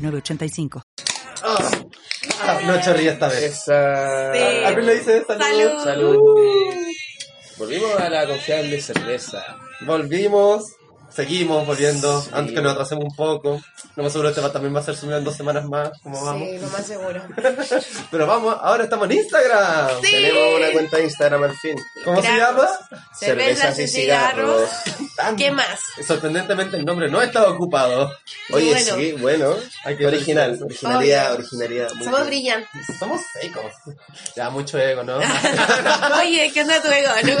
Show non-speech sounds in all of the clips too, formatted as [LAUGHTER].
985. Ah, No chorría esta vez. Esa... Sí. ¿A mí le dice salud? Eh, Salud. Salud. Volvimos a la confiable cerveza. Volvimos, seguimos volviendo, Sí. antes que nos atrasemos un poco. No me seguro este va, también va a ser subido en dos semanas más, como vamos. Sí, lo [LAUGHS] más seguro. Pero vamos, ahora estamos en Instagram. Sí. Tenemos una cuenta de Instagram al fin. ¿Cómo se Gracias. llama? Cervezas y cigarros. Tan- ¿Qué más? Sorprendentemente el nombre no estaba ocupado. Oye, Bueno. sí, bueno. Hay que original, decir eso. originalidad, Obvio. originalidad. muy Somos bien. brillantes. Somos secos. Ya, mucho ego, [LAUGHS] ¿no? Oye, ¿qué onda tu ego? [LAUGHS] ¿No?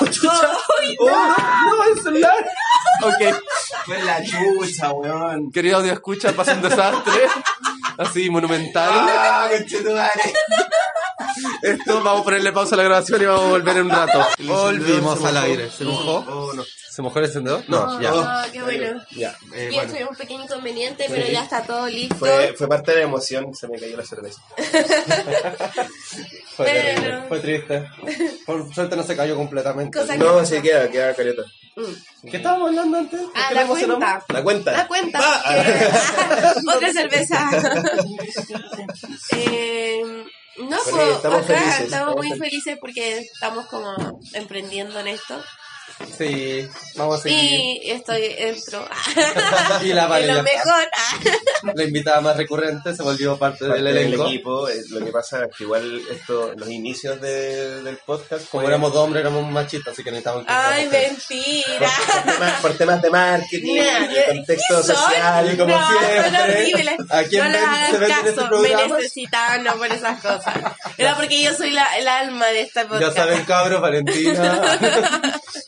¡Oh, no! ¡No, el celular! Ok, Fue la chucha, weón. querido audio escucha, pasa un desastre. Así, monumental. Ah, conchetumare. Esto, vamos a ponerle pausa a la grabación y vamos a volver en un rato. Volvimos Se al mojó. aire. ¿Se mojó? Oh, no. ¿Se mojó el encendedor? No, ya. Ah, qué bueno. Ya. Yo Eh, bueno. tuve un pequeño inconveniente, pero ya está todo listo. Fue, fue parte de la emoción, se me cayó la cerveza. [LAUGHS] Fue Pero- terrible, fue triste. Por suerte no se cayó completamente. Cosa- No, así queda, queda careta. ¿Qué estábamos hablando antes? Mm. Ah, ¿Qué la le emocionamos? cuenta. La cuenta. Ah, Da cuenta. que- [LAUGHS] Otra cerveza. Eh, no, Sí, pues, estamos acá felices, estamos estamos muy fel- felices porque estamos como emprendiendo en esto. Sí, vamos a seguir. Y estoy dentro. [LAUGHS] [LAUGHS] Y, la de Valeria, lo mejor. Ah. la invitada más recurrente, se volvió parte, Parte del elenco. equipo, eh, lo que pasa es que igual esto, los inicios de- del podcast, Como fue- éramos dos hombres, éramos machistas, así que necesitábamos... que- Ay, mentira. por temas, por temas de marketing, Nah, de contexto ¿qué soy? social, como no, siempre. son horribles. ¿A quién no ven- les se hagan ven en caso, estos me programas? necesitaban no por esas cosas. Era porque yo soy la, el alma de esta Ya podcast. saben, cabros, [LAUGHS] Valentina.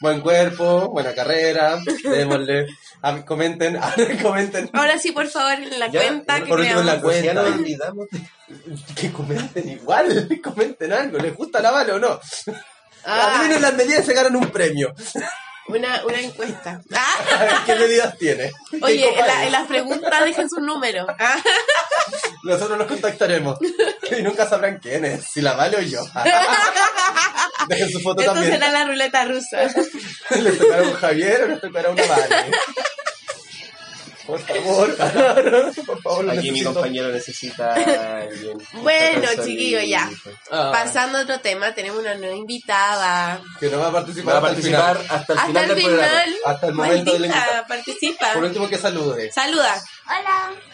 Buen cuerpo, buena carrera. Démosle. A- comenten, ah, [LAUGHS] comenten. Ahora sí, por favor, en la Ya, cuenta que por último, en la creamos. Pues ya nos Cuenta. olvidamos de- Que comenten igual, [LAUGHS] comenten algo. ¿Les gusta la bala o no? Ah. A mí las medidas se ganan un premio. Una, una encuesta. Ah. ¿Qué medidas [LAUGHS] tiene? Oye, ¿Qué en, la- copa en las preguntas dejen su número. Ah. es? Nosotros nos [LAUGHS] contactaremos. Y nunca sabrán quién es, si la vale o yo. [LAUGHS] Dejen su foto Ah. Esto también. será la ruleta rusa. ¿Le tocará un Javier o le tocará una vale? Por favor, cabrón, por favor, lo Aquí mi necesito. compañero [LAUGHS] necesita a alguien. Bueno, Esta chiquillo, ya. Ah. Pasando a otro tema, tenemos una nueva invitada. Que no va a Va participar a hasta el participar final. hasta el Hasta final el del programa. final. Hasta el momento de la Maldita, invitación. participa. Por último, que salude. Saluda.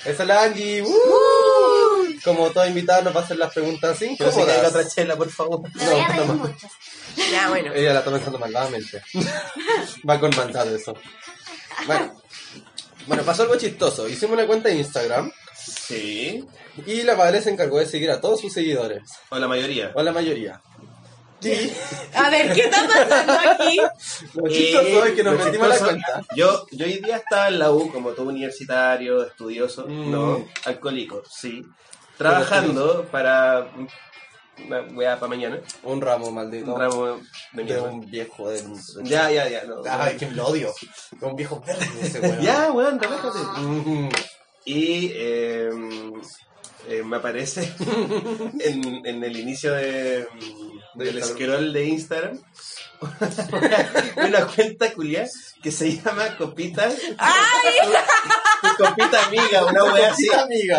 Esa es la Angie. ¡Uh! Como toda invitada, nos va a hacer las preguntas Pero se caiga incómodas. otra chela, por favor. Me voy a reír no, no. mucho. Ya, bueno. Ella la está pensando malvadamente. Va con mandado eso. Bueno. Bueno, pasó algo chistoso. Hicimos una cuenta de Instagram Sí. y la Vale se encargó de seguir a todos sus seguidores, O la mayoría. o la mayoría. Y A ver, ¿qué está pasando aquí? lo Eh, chistoso es que nos lo metimos a la chistoso- cuenta. Yo, yo hoy día estaba en la U como todo universitario, estudioso, Mm. no, alcohólico, sí. Trabajando para una weá para mañana. Un ramo Un maldito. ramo de de mierda. un viejo de. Ya, ya, ya. no. Ay, que lo odio. De un viejo verde ese weón. ya, weón, relájate. Mm. Y eh, eh, me aparece [LAUGHS] en, en el inicio de, del scroll de Instagram [LAUGHS] una, cuenta culia que se llama Copita. ¡Ay! Tu [LAUGHS] Copita amiga, una wea así. Copita amiga.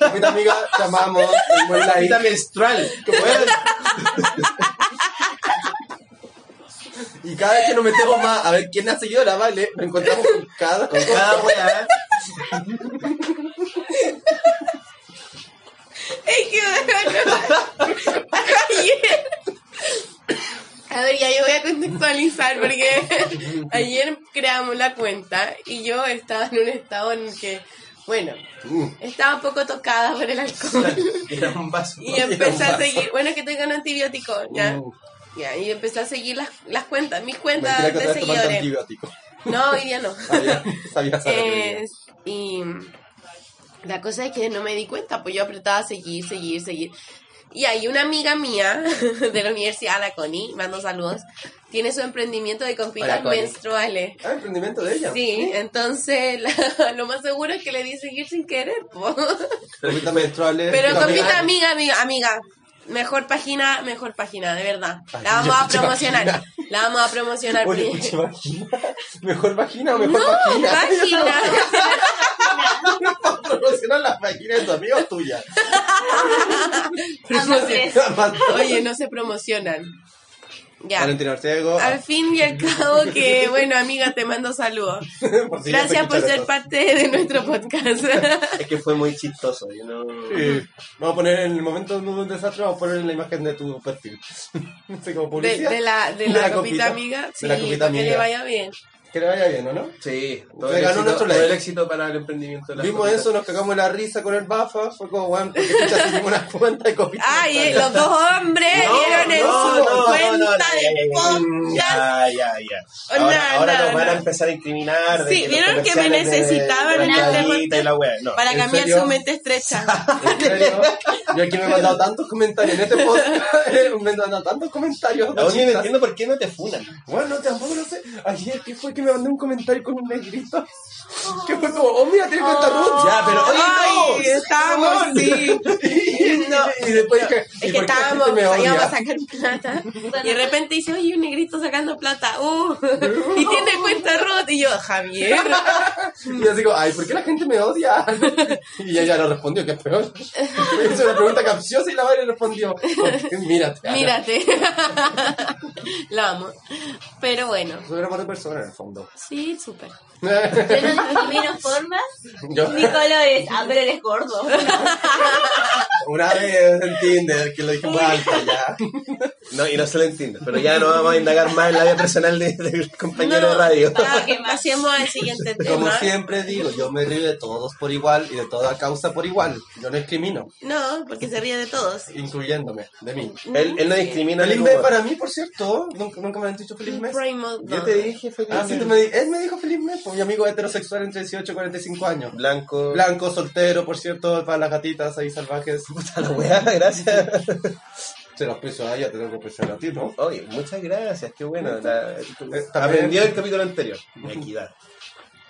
Copita amiga, te amamos. Un buen like. Copita menstrual. weón. [LAUGHS] Y cada vez que nos metemos más a ver quién ha seguido la Vale, nos encontramos con cada, Con cada [LAUGHS] wea. Es que bueno, ayer. A ver, ya yo voy a contextualizar porque ayer creamos la cuenta y yo estaba en un estado en que, bueno, Uh. estaba un poco tocada por el alcohol Era un vaso. y empecé a seguir, bueno, es que tengo un antibiótico, Uh. ya, ya y empecé a seguir las, las cuentas, mis cuentas Mentira que de otra vez tomando seguidores. antibiótico. No, hoy día no. Sabía, sabía saber. Eh, Y la cosa es que no me di cuenta, pues yo apretaba seguir, seguir, seguir. Y ahí una amiga mía [LAUGHS] de la universidad, la Connie, mando saludos, tiene su emprendimiento de Hola, confitas Connie. menstruales. Ah, emprendimiento de ella. Sí, entonces [LAUGHS] la- lo más seguro es que le di seguir sin querer, po. Confitas menstruales. [LAUGHS] Pero también- compita amiga, amiga, amiga. Mejor página, mejor página, de verdad. La vamos a promocionar. La vamos a promocionar. Oye, primero. escuche, vagina. ¿Mejor vagina o mejor no, vagina? [LAUGHS] [LAUGHS] página. Para promocionar las vaginas de tu amigo o tuya. Ambas tres. Oye, no se promocionan. Ya. Valentina Ortego. Al fin y al cabo que, bueno, amiga, te mando saludos. por si ya Gracias se por ser escucharon parte de nuestro podcast. Es que fue muy chistoso. Yo no... todos. Sí. Vamos a poner en el momento de un desastre, vamos a poner la imagen de tu perfil. [LAUGHS] No sé, como De, publicidad. de la, de la copita amiga. Sí, de la copita para que le amiga. vaya bien. Que le vaya bien, ¿o no? Sí, todo Se el, ganó éxito, nuestro todo like. el éxito para el emprendimiento. de las Vimos copitas. eso, nos cagamos la risa con el bafa, fue como, weón, porque chucha se llevó una cuenta de copitas. Ay, eh, los dos hombres No, dieron en no, su no, no, cuenta no, no, de no, podcast. Ya, ya, ya. No, Ahora, ahora no, nos van a no. empezar a incriminar. de Sí, los vieron que me comerciales de- necesitaban de en la este carita podcast y la wea, no. Para ¿En cambiar serio? su mente estrecha. ¿En serio? Yo aquí me he mandado tantos comentarios en este podcast, [LAUGHS] me he mandado tantos comentarios. Aún ni machistas. entiendo por qué no te funan. Bueno, tampoco lo sé. Ayer, ¿qué fue que me mandé un comentario con un [LAUGHS] negrito? Que fue como, oh, mira, tiene cuenta Ah. Ruth. Ya, pero oye, no. Ay, estábamos, sí. [LAUGHS] Y, y después que. Es que estábamos, me íbamos a odia? sacar plata. Y de repente dice, oye, un negrito sacando plata. Uh, y tiene cuenta Ruth. Y yo, Javier. Y yo digo, ay, ¿por qué la gente me odia? [LAUGHS] Y ella no respondió, que es peor. [LAUGHS] Me hizo una pregunta capciosa y la madre respondió, "Porque mírate. Ana". [LAUGHS] [LAUGHS] Mírate. La amo. Pero bueno, Soy una mala persona en el [LAUGHS] fondo. sí, súper. Yo no discrimino formas Yo, ni colores. Ah, pero eres gordo. una vez en Tinder, que lo dije en voz alta [LAUGHS] ya. No, y no se lo entiende. Pero ya no vamos a indagar más en la vida personal de- del compañero de No, Ah, radio. pa- pasemos al siguiente Como tema. siempre digo, yo me río de todos por igual y de toda causa por igual. Yo no discrimino, No, porque se ríe de todos. incluyéndome, de mí. Él, él no discrimina. en el Feliz mes humor. para mí, por cierto. Nunca, nunca me han dicho feliz mes. Prime Mode, Yo no. te dije, feliz Ah, sí, tú me di- él me dijo feliz mes, pues, mi amigo heterosexual entre 18 y 45 años. Blanco. Blanco, soltero, por cierto, para las gatitas ahí salvajes. Puta la weá, gracias. [LAUGHS] Se los piso a ella, te tengo que pensar a ti, ¿no? Oye, muchas gracias, qué bueno. la- también- aprendió el capítulo anterior. Equidad.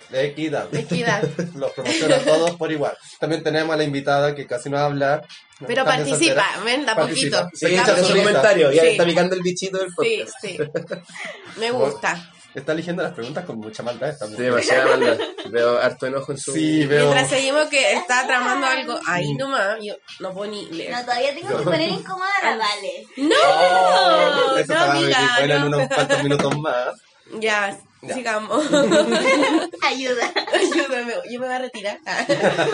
De equidad. Equidad. [LAUGHS] Los promociono a todos por igual. También tenemos a la invitada que casi no habla. Pero También participa, soltera. ven, da Participa. poquito. Sí, Se escucha echa escucha su su solista. comentario. Ya Sí. le está picando el bichito del Sí, podcast. sí. Me gusta. Está eligiendo las preguntas con mucha maldad esta mujer. demasiada maldad. Veo harto enojo en su. Sí, veo. Mientras seguimos que está tramando algo ahí nomás, yo no puedo ni leer. No, todavía tengo que poner incómoda a la Vale. ¡No! Oh, no, esa estaba muy amiga, buena en no. unos cuantos minutos más. Ya, Ya. [LAUGHS] sigamos. Ayuda. Ayúdame, yo me voy a retirar. [LAUGHS]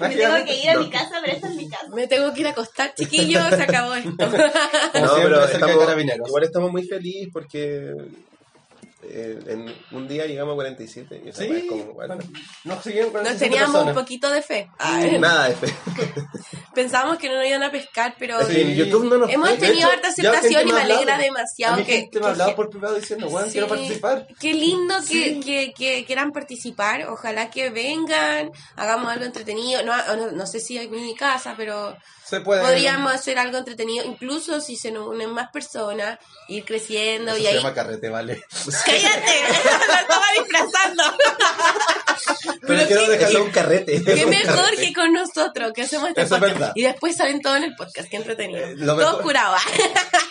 Me tengo que ir a mi casa, pero esta es mi casa. Me tengo que ir a acostar, chiquillos, se [LAUGHS] acabó esto. Como No, siempre, pero acerca de estamos, carabineros. igual estamos muy felices porque eh, en un día llegamos a 47. Y esa weá es Sí, como, bueno, nos siguieron con Nos 45 teníamos un personas. poquito de fe. nada de [LAUGHS] fe. Pensábamos que no nos iban a pescar, pero... Es que en Sí. YouTube no nos Hemos pesca. tenido hecho, harta ya gente aceptación me y ha me alegra hablado. demasiado A mí que- gente me ha que hablado gen- por privado diciendo, bueno, Sí. quiero participar. Qué lindo que, que- que quieran participar. Ojalá que vengan, hagamos algo entretenido. No, no, no sé si en mi casa, pero Se puede. podríamos hacer algo entretenido. Incluso si se nos unen más personas, ir creciendo Eso y se ahí. [LAUGHS] llama carrete, vale. ¡Cállate! La estaba disfrazando. Pero quiero dejarlo [LAUGHS] un carrete. Qué mejor que con nosotros, que hacemos este Eso es podcast. verdad. Y después salen todo en el podcast. Qué entretenido. Eh, lo Todos mejor. [LAUGHS] curados.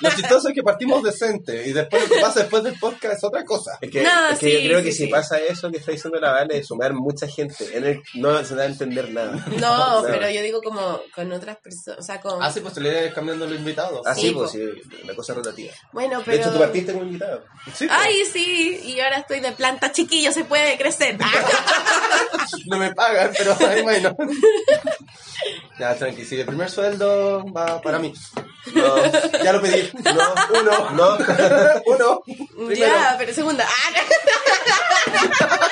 Lo chistoso es que partimos decente y después lo que pasa después del podcast es otra cosa. Es que, No, es que yo sí, creo sí, que si sí. pasa eso que está diciendo la Vale, de sumar mucha gente, en el, no se da a entender nada. No, No. pero yo digo como con otras personas. O sea, con. Hace posibilidades cambiando los invitados. Así, Sí, pues, po. sí, la cosa es rotativa. Bueno, De pero. hecho, tú partiste como invitado. Sí, pues. Ay, sí, y ahora estoy de planta chiquillo, se puede [LAUGHS] crecer. Ah, No me pagan, pero [LAUGHS] ay, bueno. Ya, tranqui, sí, el primer sueldo va para mí. No, Ya [LAUGHS] lo pedí. no, uno, no. [LAUGHS] Uno. Primero. ya, pero segunda. Ah,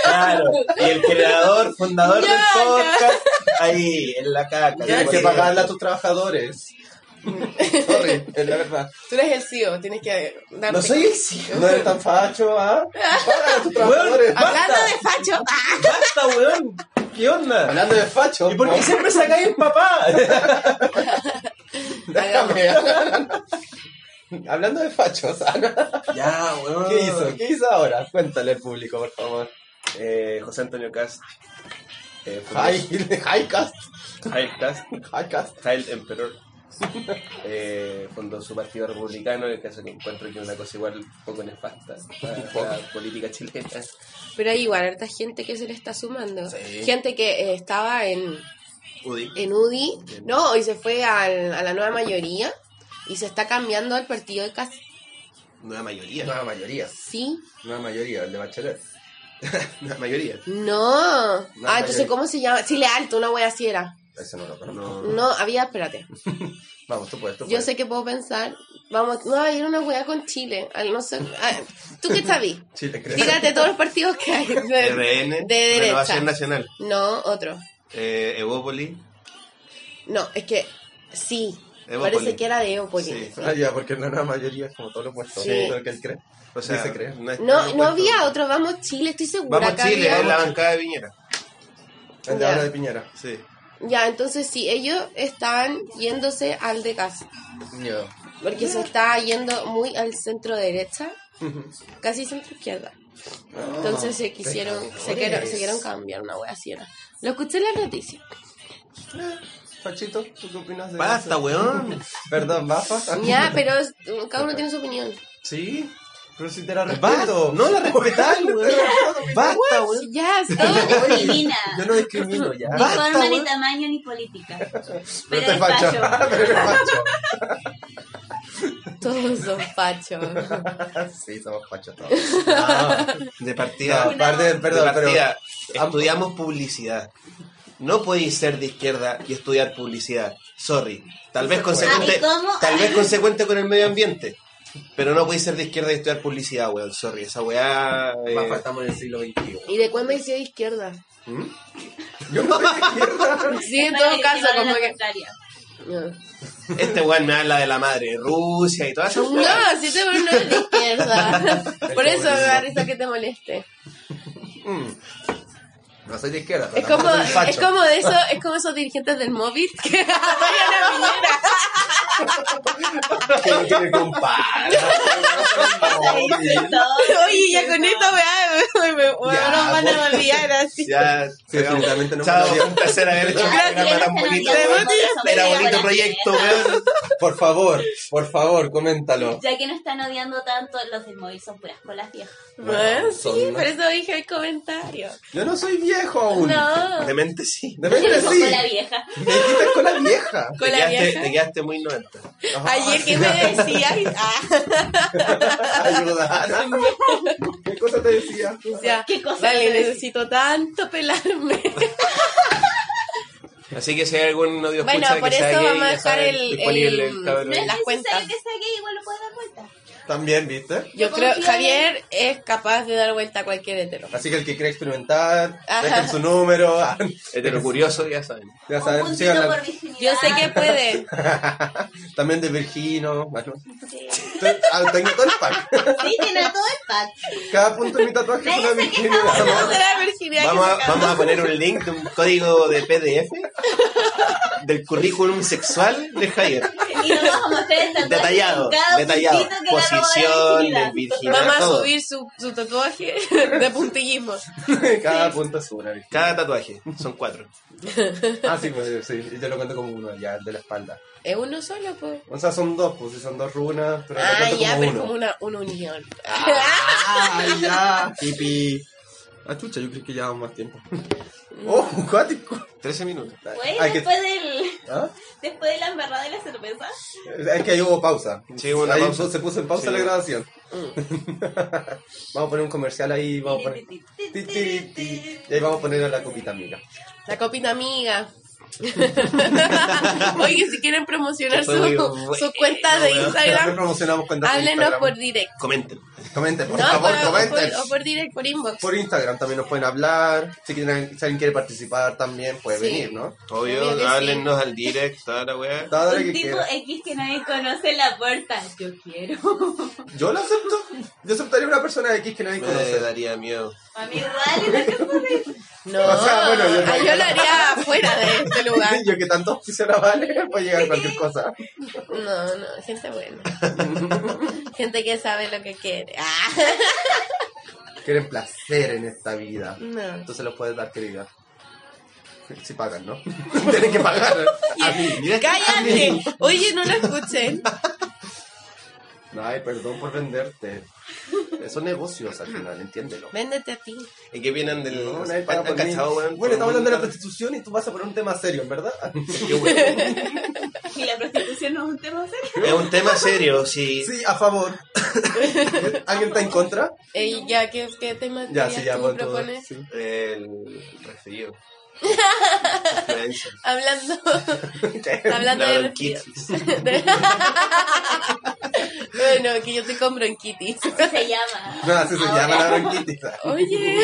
Claro. Y el creador, fundador Ya, del ya. podcast, ahí, en la caca. Ya, Tienes que sí. pagarle a tus trabajadores. Sorry, es la verdad. Tú eres el CEO, tienes que darte. No soy el CEO. No eres tan facho, ¿ah? Paga a tus trabajadores. Weón, Hablando Basta. de [LAUGHS] facho. ¡ah! ¡Basta, weón! ¿Qué onda? Hablando de facho. ¿Y por qué ¿no? siempre sacáis [LAUGHS] el papá? Déjame. Hablando de fachos, Ana, ya, weón. ¿qué hizo? ¿Qué hizo ahora? Cuéntale al público, por favor. Eh, José Antonio Cast. Eh, Hi, hi cast, Jair Cast. hi cast. Child Emperor. Eh, fundó su partido republicano, en el caso que encuentro que es una cosa igual un poco nefasta para la política chilena. Pero hay igual harta gente que se le está sumando. Sí. Gente que eh, estaba en, Udi. en UDI, ¿no? Y se fue al- a la nueva mayoría y se está cambiando al partido de casi. Nueva mayoría. Nueva mayoría. Sí, Nueva mayoría, el de Bachelet. [LAUGHS] Nueva mayoría. no. mayoría. ah, entonces, ¿cómo se llama? Chile Alto, una wea así era. Eso no lo conozco. No. No, había, espérate. Vamos, tú puedes, tú Yo puedes. sé que puedo pensar. Vamos, no, era una wea con Chile. al- No sé. ah, ¿Tú qué sabes? Chile, creo. Tírate todos los partidos que [LAUGHS] hay. RN. De, de derecha. Renovación Nacional. No, otro. Eh, Evópoli. No, es que sí. Evópolis. Parece que era de Evópolis. Sí. [LAUGHS] Ah, ya, porque no era mayoría, es como todo lo opuesto. Sí. Eso es lo que él cree. O sea, Sí, se cree. es- No, no es- había otro. Vamos Chile, estoy segura. Vamos que Chile, había. es la bancada de Piñera. El de Ya. ahora de Piñera. Sí. Ya, entonces sí, ellos están yéndose al de casa. Yo. Porque se está yendo muy al centro derecha, casi centro izquierda. Ah, Entonces se quisieron, se quedaron, se quisieron cambiar una wea así era. Lo escuché en las noticias. Fachito, ¿tú qué opinas de Basta, eso? weón. [LAUGHS] Perdón, bafa. [LAUGHS] Ya, pero es- cada uno tiene su opinión. Sí, pero si te la Basta. respeto. No la respetáis, weón. Basta, weón. [LAUGHS] Ya, No está. discrimina. Yo no discrimino ya. Ni Basta, forma, ni weón. tamaño, ni política. Pero Pero te es facho. [LAUGHS] facho. Pero eres facho. Todos son fachos. Sí, somos fachos todos. De partida. [LAUGHS] No, aparte, perdón, de partida, pero- estudiamos publicidad. No podéis ser de izquierda y estudiar publicidad. Sorry. Tal vez consecuente, Ah, ¿Y cómo? tal vez consecuente con el medio ambiente. Pero no podéis ser de izquierda y estudiar publicidad, weón. Sorry. Esa weá. eh, pero estamos en el siglo XXI. ¿Y de cuándo hice de izquierda? ¿Mm? Yo no soy de izquierda. Sí, en todo caso, como que. que. No. este weón me habla de la madre Rusia y todas esas No, weas. si te pones de [LAUGHS] izquierda. Por eso me da risa que te moleste. No soy de izquierda. pero Es como, tampoco soy facho. es como de eso, es como esos dirigentes del móvil que [LAUGHS] apoyan a Piñera. Que no tiene compadre. Oye, ya con esto me, me, me, Ya, nos van a vos- olvidar así. Ya, Sí, definitivamente no me Chao, lo dio. un placer haber hecho un Gracias, programa tan no bonito. había weón. vuelto Era sobre la bonito bola proyecto, weón. Por favor, por favor, coméntalo. Ya que no están odiando tanto, los del móvil son puras colas viejas. Bueno, sí, son- por eso dije el comentario. Yo no soy viejo aún. No, Demente sí. De repente Con sí. cola vieja. Me dijiste con la vieja. Te con la quedaste, vieja. te quedaste muy [LAUGHS] 90. Ah. Ayer que me decías, ah, Ayudar. [LAUGHS] ¿Qué cosa te decía? ya, ¿Qué cosa dale, te decía? necesito tanto pelarme. Así que si hay algún audio Bueno, escucha por que sea eso gay, vamos a ya dejar saben, el- disponible el- No cabrón. es Las cuentas. necesario que sea gay, igual lo puede dar vuelta. También, ¿viste? Yo creo Javier es capaz de dar vuelta a cualquier hetero. Así que el que quiere experimentar, Ajá. dejen su [LAUGHS] número. Hetero curioso, ya saben. Ya Un saben, puntito síganla. por virginidad. Yo sé que puede. También de Virgino. Bueno, Sí, Te- ah, tengo todo el pack. Sí, [LAUGHS] tiene a todo el pack. Cada punto de mi tatuaje es Nadie una se queja, virginidad. No será virginidad que Vamos a, sacamos. vamos a poner un link de un código de PDF del currículum sexual de [LAUGHS] Javier. Y nos vamos a mostrar el tatuaje Detallado, en cada detallado. puntito que le roba la Posición, virginidad. del virginidad, Vamos a todo. subir su, su tatuaje [LAUGHS] de puntillismo. Cada punto es una virginidad. Cada tatuaje, son cuatro. Ah, sí, pues sí. Yo lo cuento como uno, ya, el de la espalda. Es uno solo, pues. O sea, son dos, pues si son dos runas, pero lo Ah, cuento ya, como pero es uno. como una, una unión. [LAUGHS] Ah, ya. Hippie. Ah, chucha, yo creo que llevamos más tiempo. [LAUGHS] Oh, cuático. 13 minutos. Güey, Hay que- después, del, ¿Ah? después de la embarrada de la cerveza. Es que ahí hubo pausa. Sí, hubo una Ahí pausa. Se puso en pausa Sí. la grabación. Mm. [LAUGHS] vamos a poner un comercial ahí, vamos a poner. Ti, ti, ti. Y ahí vamos a poner a la copita amiga. [LAUGHS] La copita amiga. Oye, si quieren promocionar su, Fue muy bueno, su cuenta de weón. También Instagram, promocionamos cuentas de háblenos Instagram. por direct. Comenten. Comenten, por No, favor, por- o comenten. por- o por direct, por inbox. Por Instagram también nos pueden hablar. Si, quieren- si alguien quiere participar también puede Sí. venir, ¿no? Obvio, Obvio que sí. háblennos al direct, toda la weá. Toda la Un que tipo quiera. X que nadie conoce en la puerta. Yo quiero. [LAUGHS] Yo lo acepto. Yo aceptaría una persona de X que nadie Me conoce. daría miedo. A mí igual. y no sé. No, ah, O sea, bueno, yo yo, no- lo haría afuera de [LAUGHS] este lugar. [LAUGHS] Yo que tanto oficina vale [LAUGHS] para llegar a cualquier cosa. No, no, gente buena. [LAUGHS] gente que sabe lo que quiere. Ah, Quieren placer en esta vida. no. Entonces los puedes dar, querida. Si pagan, ¿no? [LAUGHS] Tienen que [LAUGHS] pagar. A mí. Mira, ¡Cállate! Oye, no lo escuchen. Ay, perdón por venderte. Son negocios al final, entiéndelo. Véndete a ti. ¿Y qué opinan del.? No, nadie paga ¿Han por mí. cachado, weón? Bueno, estamos hablando de la prostitución y tú vas a poner un tema serio, ¿en ¿verdad? [LAUGHS] Qué weón. Y la prostitución no es un tema serio. Es un tema serio, sí. [LAUGHS] Sí, a favor. [LAUGHS] ¿Alguien está en contra? Ey, ya, ¿qué, qué tema Ya, tenías sí, ya, tú pon todo. propones? Sí. El referido. Influencer. [LAUGHS] Hablando, hablando La de bronquitis. de- [LAUGHS] bueno, que yo estoy con bronquitis. Se llama. No, así se Ahora. llama la bronquitita. Oye,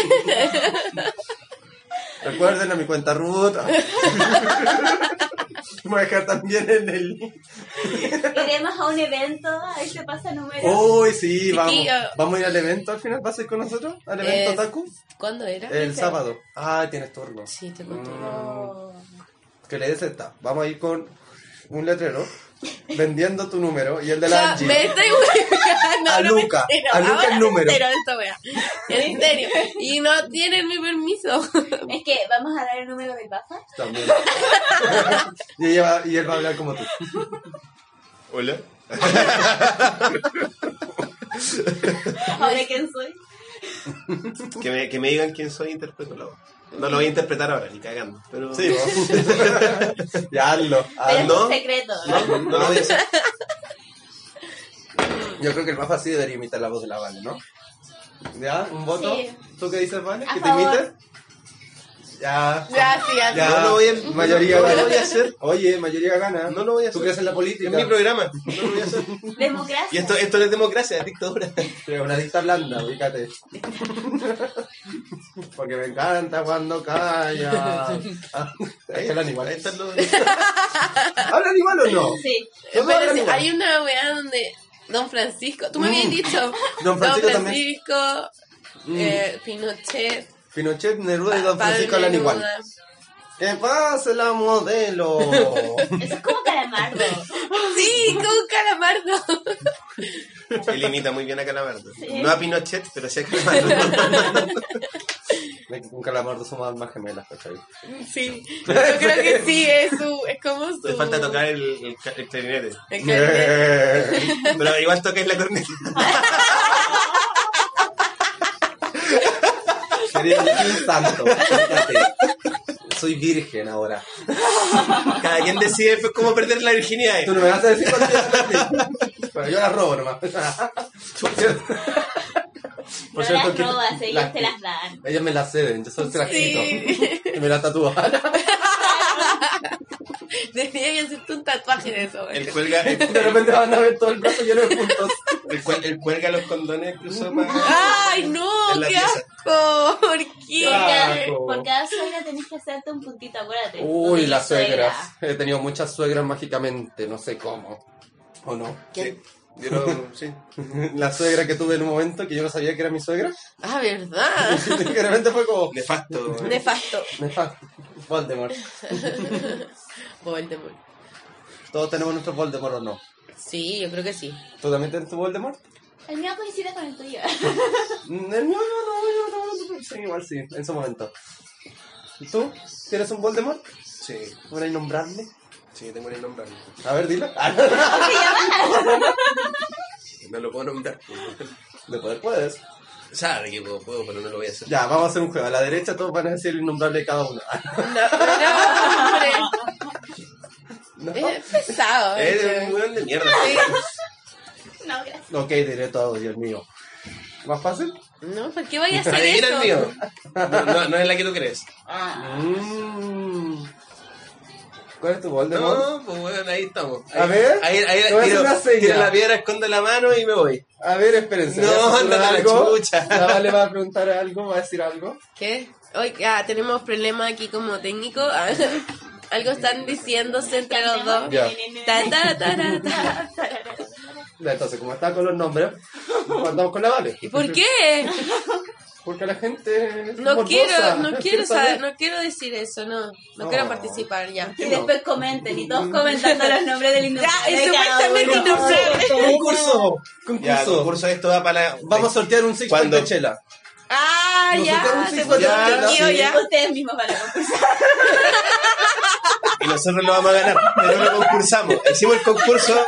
Recuerden a mi cuenta Ruth. Voy a dejar también en el. Iremos a un evento. Ahí se pasa número. Uy, Oh, sí, vamos. Chiquillo. Vamos a ir al evento al final. ¿Vas a ir con nosotros? ¿Al evento Eh, Taku? ¿cuándo era? El sábado. Mm. Ah, tienes turno. Sí, te conté. Oh. Que le des esta. Vamos a ir con un letrero vendiendo tu número y el de O la sea, Angie. me estoy hueveando, A [LAUGHS] no me Luca, entero. a Luca Ahora el me número. entero de esta wea. En serio. Y no tienen mi permiso. Es que vamos a dar el número del Bafa. También. [LAUGHS] y, ella va- y él va a hablar como tú. Hola. Ahora quién soy. Que me, que me digan quién soy, e interpreto la voz. No lo voy a interpretar ahora, ni cagando. Pero... Sí, vos. [LAUGHS] ya hazlo. hazlo. Pero es Ah, ¿no? un secreto. No, no lo voy a hacer. Yo creo que el más fácil debería imitar la voz de la Vale, ¿no? ¿Ya? ¿Un voto? Sí. ¿Tú qué dices, Vale? A ¿Que te favor. imites? Ya. Gracias. Ya. No lo voy a- Mayoría no lo gana. voy a hacer. Oye, mayoría gana. No lo voy a ¿Tú hacer. crees en la política? Es mi programa. No lo voy a hacer. Democracia. Y esto, esto no es democracia, es dictadura. Pero una lista blanda, ubícate. Porque me encanta cuando calla. Ah, [LAUGHS] es el animal. Ahí están los- ¿Hablan igual o no? Sí. No, no, Pero hablan si igual. hay una wea donde Don Francisco, tú me habías dicho, Mm. Don Francisco Don también. Francisco, eh, Pinochet, Pinochet, Neruda y Don Pa- Francisco Pablo hablan igual. Neruda. ¿Qué pasa, la [LAUGHS] modelo? Eso es como calamardo. Sí, con Calamardo. [LAUGHS] Él imita muy bien a Calamardo. Sí. No a Pinochet, pero sí a Calamardo. De que Con Calamardo somos almas gemelas, [LAUGHS] ¿cachai? Sí, [LAUGHS] yo creo que sí, es, su, es como su... Le falta [LAUGHS] tocar el, el, ca- el clarinete. el clarinete. Eh, Pero igual toca en la corneta. Sería un santo. fíjate. Soy virgen ahora. Cada quien decide pues, cómo perder la virginidad. Tú no me vas a decir cuál es Pero yo la robo nomás. Por cierto- [LAUGHS] No por las cierto que- robas, ellos las- te las dan. Ellas me la ceden, yo solo se las quito. Sí. Y me la [LAUGHS] tatúan. [LAUGHS] Debería que hacerte un tatuaje de eso. El cuelga, el, De repente van a ver todo el brazo lleno de puntos. el cuel- el cuelga los condones que usó para... ¡Ay, no! En la ¡Qué pieza. asco! [LAUGHS] ¿Por qué? Por cada, Asco. por cada suegra tenés que hacerte un puntito, acuérdate. Uy, Soy las suegra. suegras. He tenido muchas suegras mágicamente, no sé cómo. ¿O no? Sí. Yo no- sí. [LAUGHS] La suegra que tuve en un momento que yo no sabía que era mi suegra. [LAUGHS] Ah, ¿verdad? [LAUGHS] Que de repente fue como. Nefasto. eh. Nefasto. nefasto. Voldemort. Voldemort. Todos tenemos nuestro Voldemort o no. Sí, yo creo [LAUGHS] que sí. ¿Tú también tienes tu Voldemort? El mío coincide con el tuyo. [LAUGHS] Mm, El mío no, no, yo no, no. Sí, igual sí, en su momento. ¿Y tú? ¿Tienes un Voldemort? Sí, ¿Por ahí nombrarme? sí, tengo el nombre. A ver, dilo. [LAUGHS] [LAUGHS] No lo puedo nombrar. De poder puedes. Sabe que puedo, puedo, pero no lo voy a [LAUGHS] hacer. Ya, vamos a hacer un juego. A la derecha todos van a decir el innombrable de cada uno. Ah, No, no, ¿No? hombre. Es pesado. Eres un ¿eh? weón de mierda. [LAUGHS] Sí. No, gracias. Ok, diré todo, Dios mío. ¿Más fácil? No, ¿por qué voy a hacer Adivina [LAUGHS] eso? el mío. No, no, no es la que tú crees. Ah. Mm. ¿Cuál es tu Voldemort? No, pues bueno, ahí estamos. A Ahí- ver, ahí, ahí, te voy a hacer tiro- una seña. tiro la piedra, escondo la mano y me voy. A ver, espérense. No, ¿voy a censurar ándate a la algo? [LAUGHS] chucha. ¿La Vale va a preguntar algo? ¿Va a decir algo? ¿Qué? Hoy ah, tenemos problemas aquí como técnico. Ah, [LAUGHS] Algo están diciéndose entre los dos. Ya. Ta, ta, ta, ta, ta. Ya, Entonces, como está con los nombres, andamos con la Vale. ¿Y por qué? Porque la gente. es No morbosa. [LAUGHS] quiero, no quiero saber, saber. no quiero decir eso, no. No, No. quiero participar ya. Y después comenten, y todos comentando los nombres del Ya, innombrable. y de cada supuestamente uno. innombrable. Concurso. Ya, Concurso. concurso esto va para la... Vamos a sortear un six pack ¿Cuándo? de chela. Ah, Nos ya, sacamos se cinco puso ya, entendido sí. ya. Ustedes mismos van a concursar. Y nosotros lo vamos a ganar, pero no concursamos. Hicimos el concurso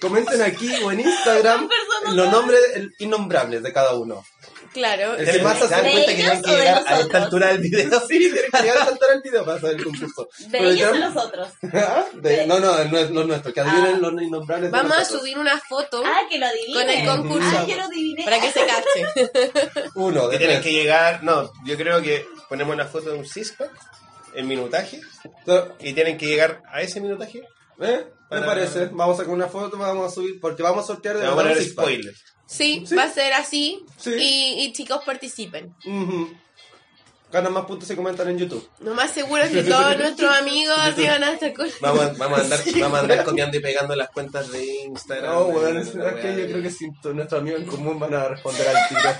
Comenten aquí o en Instagram los nombres innombrables de cada uno. Claro. El que más se ¿Se dan acerca. cuenta que ellos tienen que o de llegar a esta nosotros? altura del video? Sí, tienen que llegar a saltar el video para saber el concurso. De Pero ellos ya- a los otros. Ah, de- no, no, no es no es nuestro. Que adivinen Ah. los innombrables. de Vamos a nosotros. subir una foto Ah, que lo adivinen. Con el concurso. Ah, yo lo adiviné. para que se cache. Uno, Que de tienen tres. que llegar... No, yo creo que ponemos una foto de un six-pack, el minutaje, y tienen que llegar a ese minutaje. ¿Eh? Me Para- parece. Vamos a sacar una foto, vamos a subir, porque vamos a sortear de Le Vamos a verdad un poner six pack. spoilers. Sí, Sí. va a ser así. Sí. Y, y chicos, participen. Ujú. Ganan más puntos si comentan en YouTube. Lo más seguro es que todos nuestros amigos así van a estar con... Vamos a, [LAUGHS] vamos, a andar, vamos a andar copiando y pegando las cuentas de Instagram. No, de- weón, de- es de- verdad de- que yo creo que si nuestros amigos en común van a responder al tiro.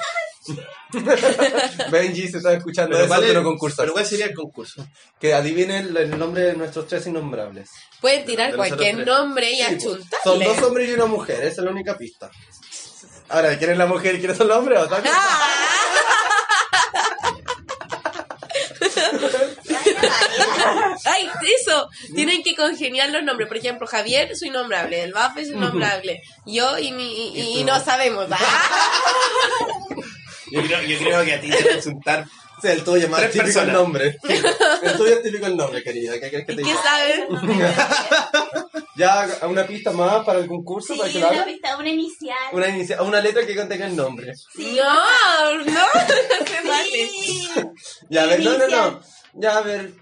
[LAUGHS] Benji se está escuchando, pero, Pero, ¿cuál es- no concursa. pero ¿cuál sería el concurso? Que adivinen el nombre de nuestros tres innombrables. Pueden tirar De nosotros cualquier tres. nombre y Sí, pues. achuntarle. Son [LAUGHS] dos hombres y una mujer, esa es la única pista. Ahora, ¿quién es la mujer y quién es el hombre? ¿O tal? Ah, [LAUGHS] ¡Ay, eso! Tienen que congeniar los nombres. Por ejemplo, Javier es innombrable, el Baf es innombrable, yo y, mi, y, y Este, no sabemos. [LAUGHS] ¡Ah! Yo creo, yo creo que a ti te va a insultar. Sí, el tuyo más Tres típico personas. el [LAUGHS] nombre. El tuyo es típico el nombre, querida. ¿Qué crees que ¿Y te qué diga? saben? [LAUGHS] Ya a una pista más para el concurso, Sí, para que lo una haga. pista, una inicial. Una, inicia- una letra que contenga el nombre. No, no, no se vale. Sí. Ya, a ver, no, no, no. Inicial. Ya, a ver,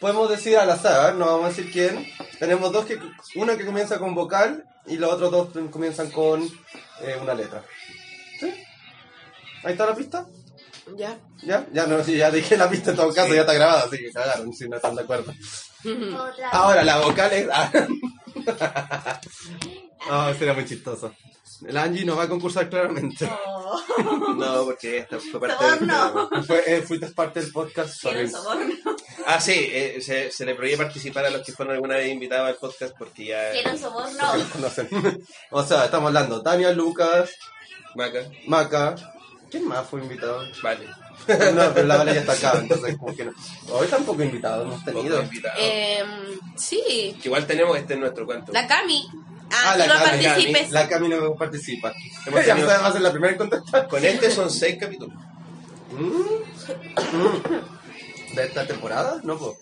podemos decir al azar, no vamos a decir quién. Tenemos dos que, una que comienza con vocal y los otros dos comienzan con eh, una letra. ¿Sí? ¿Ahí está la pista? Ya. ¿Ya? Ya, no, sí, ya dije la pista en todo caso, Sí. ya está grabada, así que cagaron, si no están de acuerdo. Otra. Ahora, la vocal es... Ah, será muy chistoso. El Angie no va a concursar claramente. Oh, [LAUGHS] No, porque esta fue parte del Soborno. Fue, eh, fuiste parte del podcast, sorry. Quiero un soborno. Ah, sí, eh, se, se le prohíbe participar a los que fueron alguna vez invitados al podcast porque ya. Quiero un soborno. Conocen. O sea, estamos hablando Tania, Lucas, Maca, Maca. ¿Quién más fue invitado? vale. [LAUGHS] No, pero la Vale ya está acá, entonces como que no. Hoy tampoco invitado hemos poco tenido. invitado. Em, sí, Que igual tenemos este en nuestro cuento. la Cami. Ah, Ah, tú la no Cami, participes. La Cami no participa. Hemos Ya tenido- va a ser la primera en contestar. Con este son seis capítulos. ¿Mm? ¿De esta temporada? No, pues.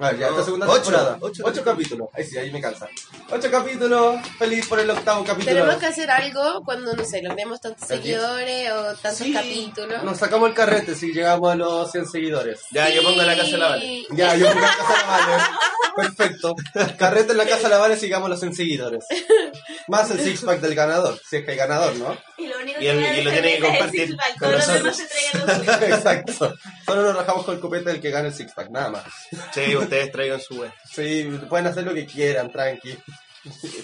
Ah, ya, No, esta segunda ocho, temporada. ocho Ocho, capítulos. Ahí sí, ahí me cansa. Ocho capítulos. Feliz por el octavo capítulo. Tenemos que hacer algo cuando, no sé, logremos tantos ¿Aquí? seguidores o tantos capítulos. Nos sacamos el carrete si llegamos a los 100 seguidores. Ya, yo pongo la casa de la vale. Sí. Ya, yo pongo la casa de la [LAUGHS] Vale. Perfecto. Carrete en la casa de la Vale, sigamos los 100 seguidores. Más el six pack del ganador, si es que hay ganador, ¿no? Y lo único Y el- que voy a y lo hacer tiene que es decir, compartir "Vale, con Todos los demás nosotros". se traigan los [LAUGHS] suyos. Exacto. Solo nos rajamos con el copete del que gana el six pack, nada más. Sí, ustedes traigan su web. Sí, pueden hacer lo que quieran, tranqui.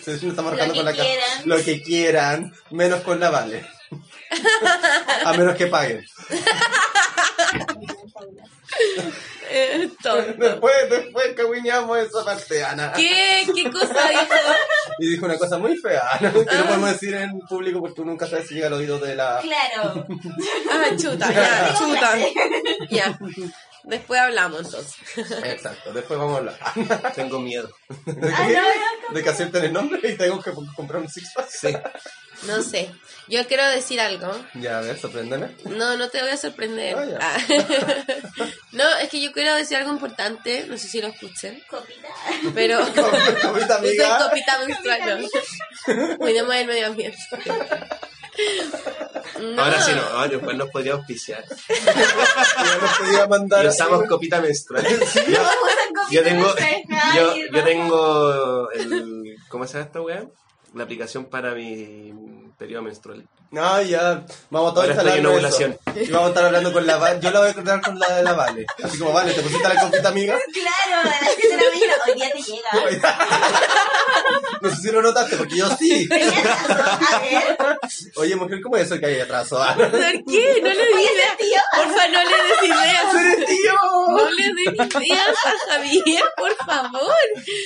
Se está marcando que con la ca- quieran. Lo que quieran, menos con la Vale. A menos que paguen. Eh, tonto. Después, después cagüiñamos esa parte, Ana. ¿Qué, ¿Qué cosa dijo? Y dijo una cosa muy fea, ¿no? que no podemos decir en público porque uno nunca sabe si llega al oído de la... [LAUGHS] Claro. Ah, chuta, [LAUGHS] ya, chuta. [LAUGHS] Ya. Después hablamos entonces. Exacto, después vamos a hablar. Tengo miedo. ¿De, Ah, que, no, no, de que acepten el nombre y tengo que comprar un six pack. Sí. No sé. Yo quiero decir algo. Ya, a ver, [LAUGHS] sorpréndeme. No, no te voy a sorprender. Ah, ya. Ah. [LAUGHS] No, es que yo quiero decir algo importante. No sé si lo escuchen. Copita. Pero. Copita, amiga. Usen copita menstrual. no. Cuidemos el medio ambiente. No. Ahora sí no, ahora después nos podría auspiciar. Ya nos podía mandar. Y usamos copita menstrual. Yo, yo tengo, yo, yo tengo el, ¿cómo se llama esta weá? La aplicación para mi periodo menstrual. No, ya. Vamos a todos Ahora estoy instalarnos en ovulación. eso. Y vamos a estar hablando con la Vale. Yo la voy a contar con la de la Vale. Así como, Vale, ¿te pusiste la copita, amiga? Claro, a las 7 de la mañana, hoy día te llega. No sé si lo notaste, porque yo sí. A ver, Oye, mujer, ¿cómo es eso que hay atraso? Ah, ¿Por qué? No le di ideas. tío. Porfa, no le des ideas. ¡Eres tío! No le des ideas a Javier, por favor.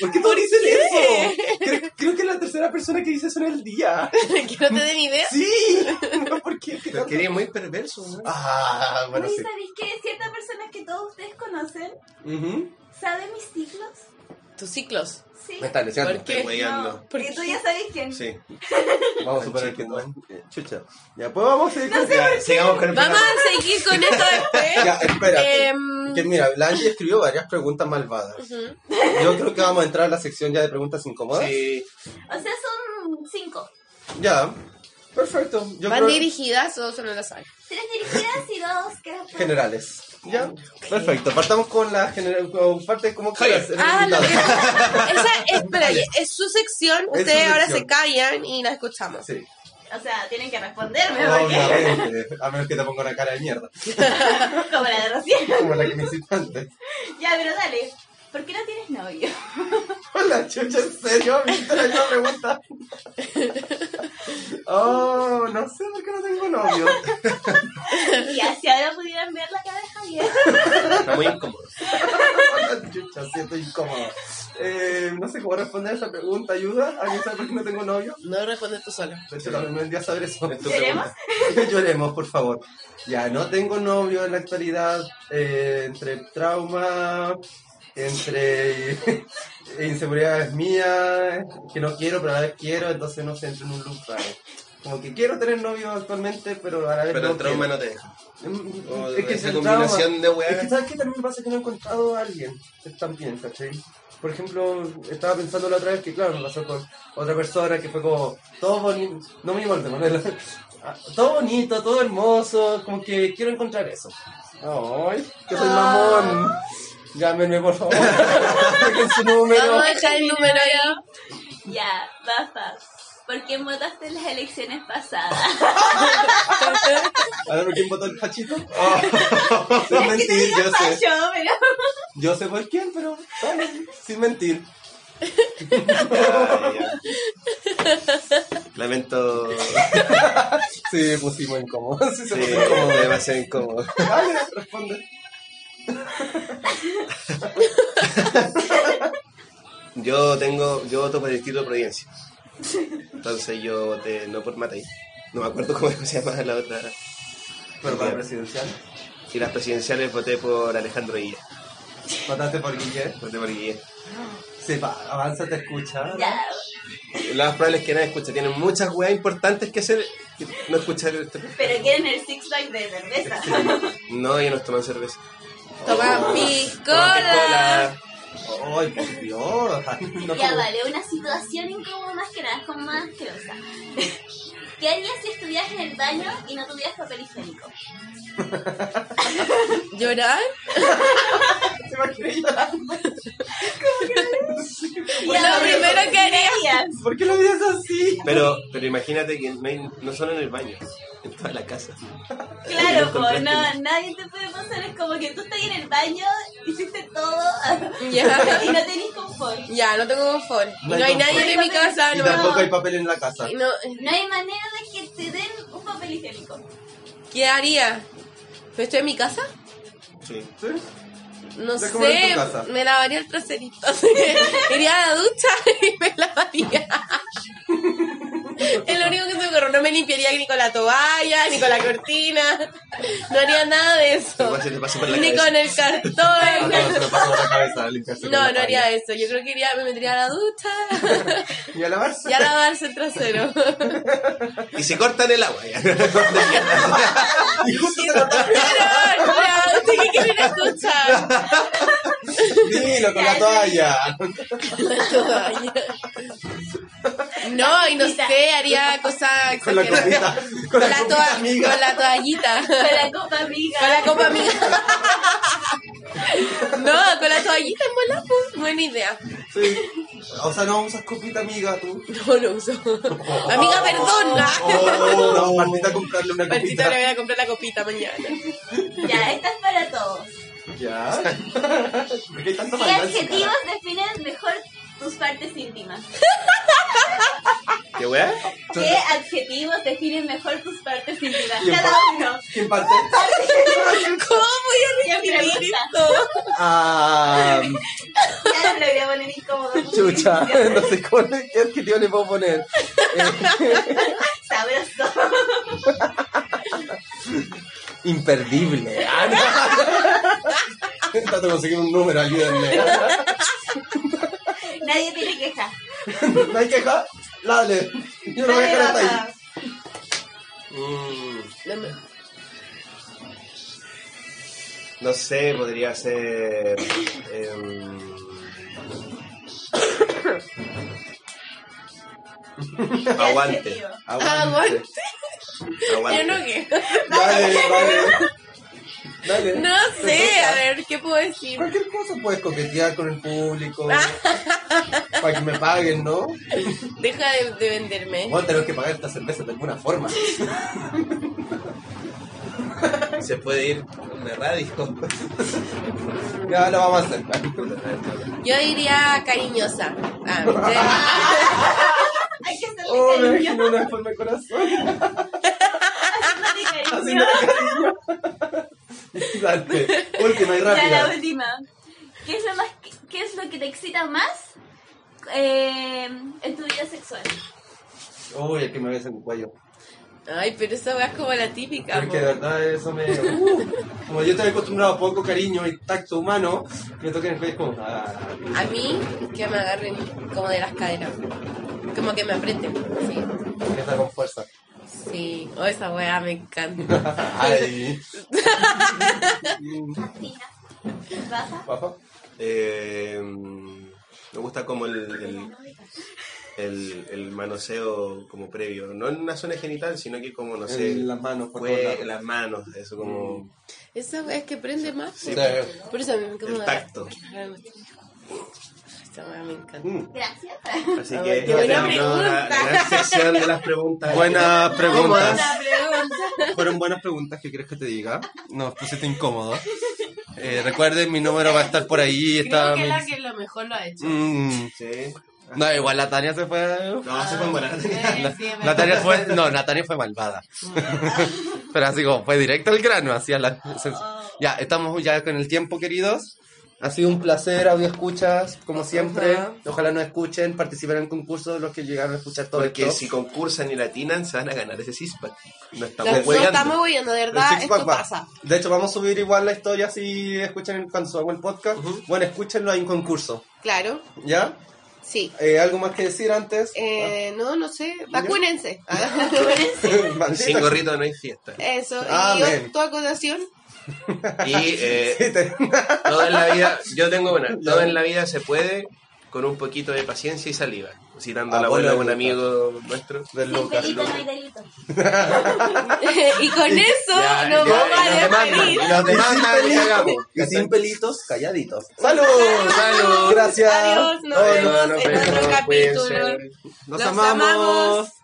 ¿Por qué todos dicen eso? Creo, creo que es la tercera persona que dice eso en el día. Que no te den ideas. ¡Sí! No, ¿por qué? Pero que eres muy perverso, weón. Ah, bueno, Oye, sí. ¿sabéis que ciertas personas que todos ustedes conocen Ujú. saben mis ciclos? Tus ciclos. Sí. Me están deseando. ¿Por qué? Estoy weyando. No, y tú ya sabes quién. Sí. Vamos a superar que no. Eh, Chucha. Ya, pues vamos a seguir con... Ya, sigamos con el Vamos programa. a seguir con esto después. Ya, espérate. Em. Que mira, Blanche escribió varias preguntas malvadas. Yo creo que vamos a entrar a la sección ya de preguntas incómodas. Sí. O sea, son cinco. Ya. Perfecto. Yo ¿Van creo- dirigidas o solo las saben? Tres dirigidas y dos que después- generales. Ya. Perfecto. Partamos con la general con parte como quieras. eres Ah, lo que invitada. [LAUGHS] Esa, espera, es su sección. su Ustedes ahora sección. se callan y la escuchamos. Sí. O sea, tienen que responderme porque... Obviamente. A menos que te ponga una cara de mierda. [LAUGHS] Como la de recién. Como la que me hiciste antes. Ya, pero dale. ¿Por qué no [LAUGHS] tienes novio? Hola, chucha, en serio, me hiciste la misma [LAUGHS] pregunta. Oh, no sé por qué no tengo novio. Y así ahora pudieran ver la cara de Javier. Está muy incómodo. Hola, [LAUGHS] chucha, siento incómodo. Eh, no sé cómo responder esa pregunta, ayuda. ¿Alguien sabe por qué no tengo novio? Pues No respondes tú solo. De hecho, también me vendría a saber eso. [LAUGHS] ¿Queremos? Lloremos, por favor. Ya, no tengo novio en la actualidad. eh, entre trauma, entre [LAUGHS] inseguridades mías, que no quiero, pero a la vez quiero, entonces no sé, entro en un loop raro. Como que quiero tener novio actualmente, pero a la vez Pero no el trauma quiero. no te deja. Mm, o es que esa el combinación de weas. Es que sabes que también pasa que no he encontrado a alguien también, ¿cachai? Por ejemplo, estaba pensando la otra vez que, claro, me pasó con otra persona que fue como todo bonito, no me importa, Manuela. [LAUGHS] Ah, todo bonito, todo hermoso, como que quiero encontrar eso. Ay, que soy mamón. Llámenme, por favor. [LAUGHS] Dejen su número. Vamos a echar el número ya. Ya, basta. ¿Por qué votaste en las elecciones pasadas? A ver, ¿por quién votó el [LAUGHS] Pachito? [LAUGHS] Sin mentir, yo sé. Yo, pero... Yo sé por quién, pero vale, sin mentir. Ah, ya. [LAUGHS] Lamento. Sí, pusimos incómodos. Sí, se Sí, puso incómodo. [LAUGHS] demasiado incómodo. Vale, responde. Yo tengo, yo voto por el estilo de Providencia. Entonces yo voté no por Matei. No me acuerdo cómo [LAUGHS] se llama la otra. Pero para presidencial. Y las presidenciales voté por Alejandro Guille. Votaste por Guillermo. Voté por Guille. Se va, avanza, te escucha. Ya. Lo más probable es que nadie escucha. Tienen muchas weas importantes que hacer. que No escuchar este. Pero quieren el six-pack de cerveza. No, ellos no toman cerveza. Toma piscola. Coca-Cola. Ay, por Dios. No, Ya, como- vale, una situación incómoda más que nada, como más asquerosa. ¿Qué harías si estuvieras en el baño y no tuvieras papel higiénico? ¿Llorar? Se va a creer llorando. lo primero que haría. ¿Por qué lo dices así? Pero, pero imagínate que no, hay- no solo en el baño, en toda la casa. Claro, pues no, nadie te puede pasar. Es como que tú estás en el baño, hiciste todo [LAUGHS] Ya. y no tenés confort. Ya, no tengo confort. Y No hay nadie en mi casa. Y No, tampoco hay papel en la casa. Y no. No hay manera de que te den un papel higiénico. ¿Qué haría? ¿Pero estoy en mi casa? Sí. ¿Sí? No Ya, ¿cómo es sé, tu casa? me lavaría el traserito. [LAUGHS] Iría a la ducha [LAUGHS] y me lavaría. Es lo único que se me ocurrió. No me limpiaría ni con la toalla, ni con la cortina. No haría nada de Lo eso. cual se te pasa por la Ni cabeza. con el No, se [LAUGHS] cartón. lo pasó por la cabeza a limpiarse con No, la no haría eso. Yo creo que iría, me metería a la ducha toalla. [LAUGHS] ¿Y a lavarse? y a lavarse el trasero. Y se cortan el agua. [LAUGHS] ya. Y justo se lo tapé. Pero, no, tenía que ir a [LAUGHS] ducha. Dilo con la toalla. La toalla. No, y no sé, haría cosas Con la exageradas. comida. Con la toa- comida, amiga. con la toallita. Con la copa amiga. Con la copa amiga. No, con la toallita en bola, pues, buena idea. Sí. O sea, no usas copita, amiga, tú. No lo [LAUGHS] uso. Amiga, perdona. Oh, no, Martita, comprarle una Martita, le copita. voy a comprar la copita mañana. Ya, esta es para todos. Ya. [LAUGHS] ¿Por qué hay tanta ¿Qué maldad en su adjetivos definen mejor tus partes íntimas? ¿Qué weá? ¿Qué adjetivos definen mejor tus partes íntimas? ¿Quién Cada parte? uno. cara? ¿Quién parte? [LAUGHS] ¿Cómo voy a Ya, mira, repetir basta. esto? Ah, Ya no lo voy a poner incómodo. chucha. [LAUGHS] No sé cómo, qué adjetivo le puedo poner. [LAUGHS] Sabroso. Imperdible. Ah, Trato de conseguir un número, ayúdenme. Nadie tiene queja. ¿No hay queja? Dale. Yo lo voy a Nadie dejar hasta baja. ahí. Mm, No me- no sé, podría ser. em, ¿Qué aguante. adjetivo? Aguante. Yo Aguante. no qué. [LAUGHS] Dale, dale. Dale. No sé, a ver, ¿qué puedo decir? Cualquier cosa puedes coquetear con el público. para que me paguen, ¿no? Deja de, de venderme. Bueno, tenemos que pagar esta cerveza de alguna forma. Se puede ir de [LAUGHS] radio. Ya lo vamos a hacer. Yo diría cariñosa. Ah, ¿viste? Hay que hacerle Oh, me [LAUGHS] cariño. imagino una forma de corazón. Hacerle cariño. Haciendo cariño. Dale. Última y Ya la rápida. última. ¿Qué es lo más qué es lo que te excita más eh, en tu vida sexual? Uy, el que me ves en el cuello. Ay, pero esa weá es como la típica. Porque de po. verdad eso me... Uh, como yo estoy acostumbrado a poco cariño y tacto humano, que me toquen el cuello es como... ah, A mí, que me agarren como de las caderas. Como que me aprieten. Sí, que está con fuerza. sí. Oh, esa weá me encanta. Ay. Fascina. ¿Baja? Papá. Em, me gusta como el, el, el- el manoseo como previo. No en una zona genital, sino que como, no sé, En las manos, por fue- todos lados. Mm. las manos. Eso como... Esa weá es que prende más. po. Sí. Por eso a mí me encanta. El tacto. Esa weá me encanta. Mm. Gracias. Así Ah, que qué buena terminó la, pregunta. la gran sección de las preguntas. Buenas preguntas. La pregunta. Fueron buenas preguntas, ¿qué quieres que te diga? Nos pusiste incómodo. Eh, recuerden, mi número va a estar por ahí. Está Creo que mi- la que lo mejor lo ha hecho. Mm. Sí. No, igual la Tania se fue. No, Ah, se fue a morar. Eh, sí, [LAUGHS] La Tania verdad. fue, [LAUGHS] no, la Tania fue [LAUGHS] malvada. Pero así como fue directo al grano, así a la- Oh. Ya, estamos ya con el tiempo, queridos. Ha sido un placer, audio escuchas, como siempre. Ajá. Ojalá nos escuchen, participen en el concurso los que llegaron a escuchar todo Porque esto. si concursan y latinan, se van a ganar ese cispa. No No, estamos no hueveando. estamos huyendo, de El verdad, six esto pack va. pasa. De hecho, vamos a subir igual la historia si escuchan cuando subamos el podcast. Bueno, escúchenlo, hay un concurso. Claro, ¿Ya? sí. Eh, ¿Algo más que decir antes? Eh, no, no sé, vacúnense. [LAUGHS] Ah, Maldita. [LAUGHS] Sin gorrito no hay fiesta. Eso, y Amén. yo, tu [LAUGHS] acotación. Y eh, Sí, [LAUGHS] te- todo en la vida, yo tengo una, todo en la vida se puede con un poquito de paciencia y saliva. Citando a la abuela de un amigo nuestro. Del Sin Lucas. pelito no hay delito. y con eso Ya, nos ya, vamos y a nos demandan, y despedir. nos demandan, y cagamos. Y sin pelitos, calladitos. ¡Salud! ¡Salud! Gracias. Adiós, nos Ay, vemos nos en otro vemos, capítulo. cuídense. Nos Los amamos. amamos.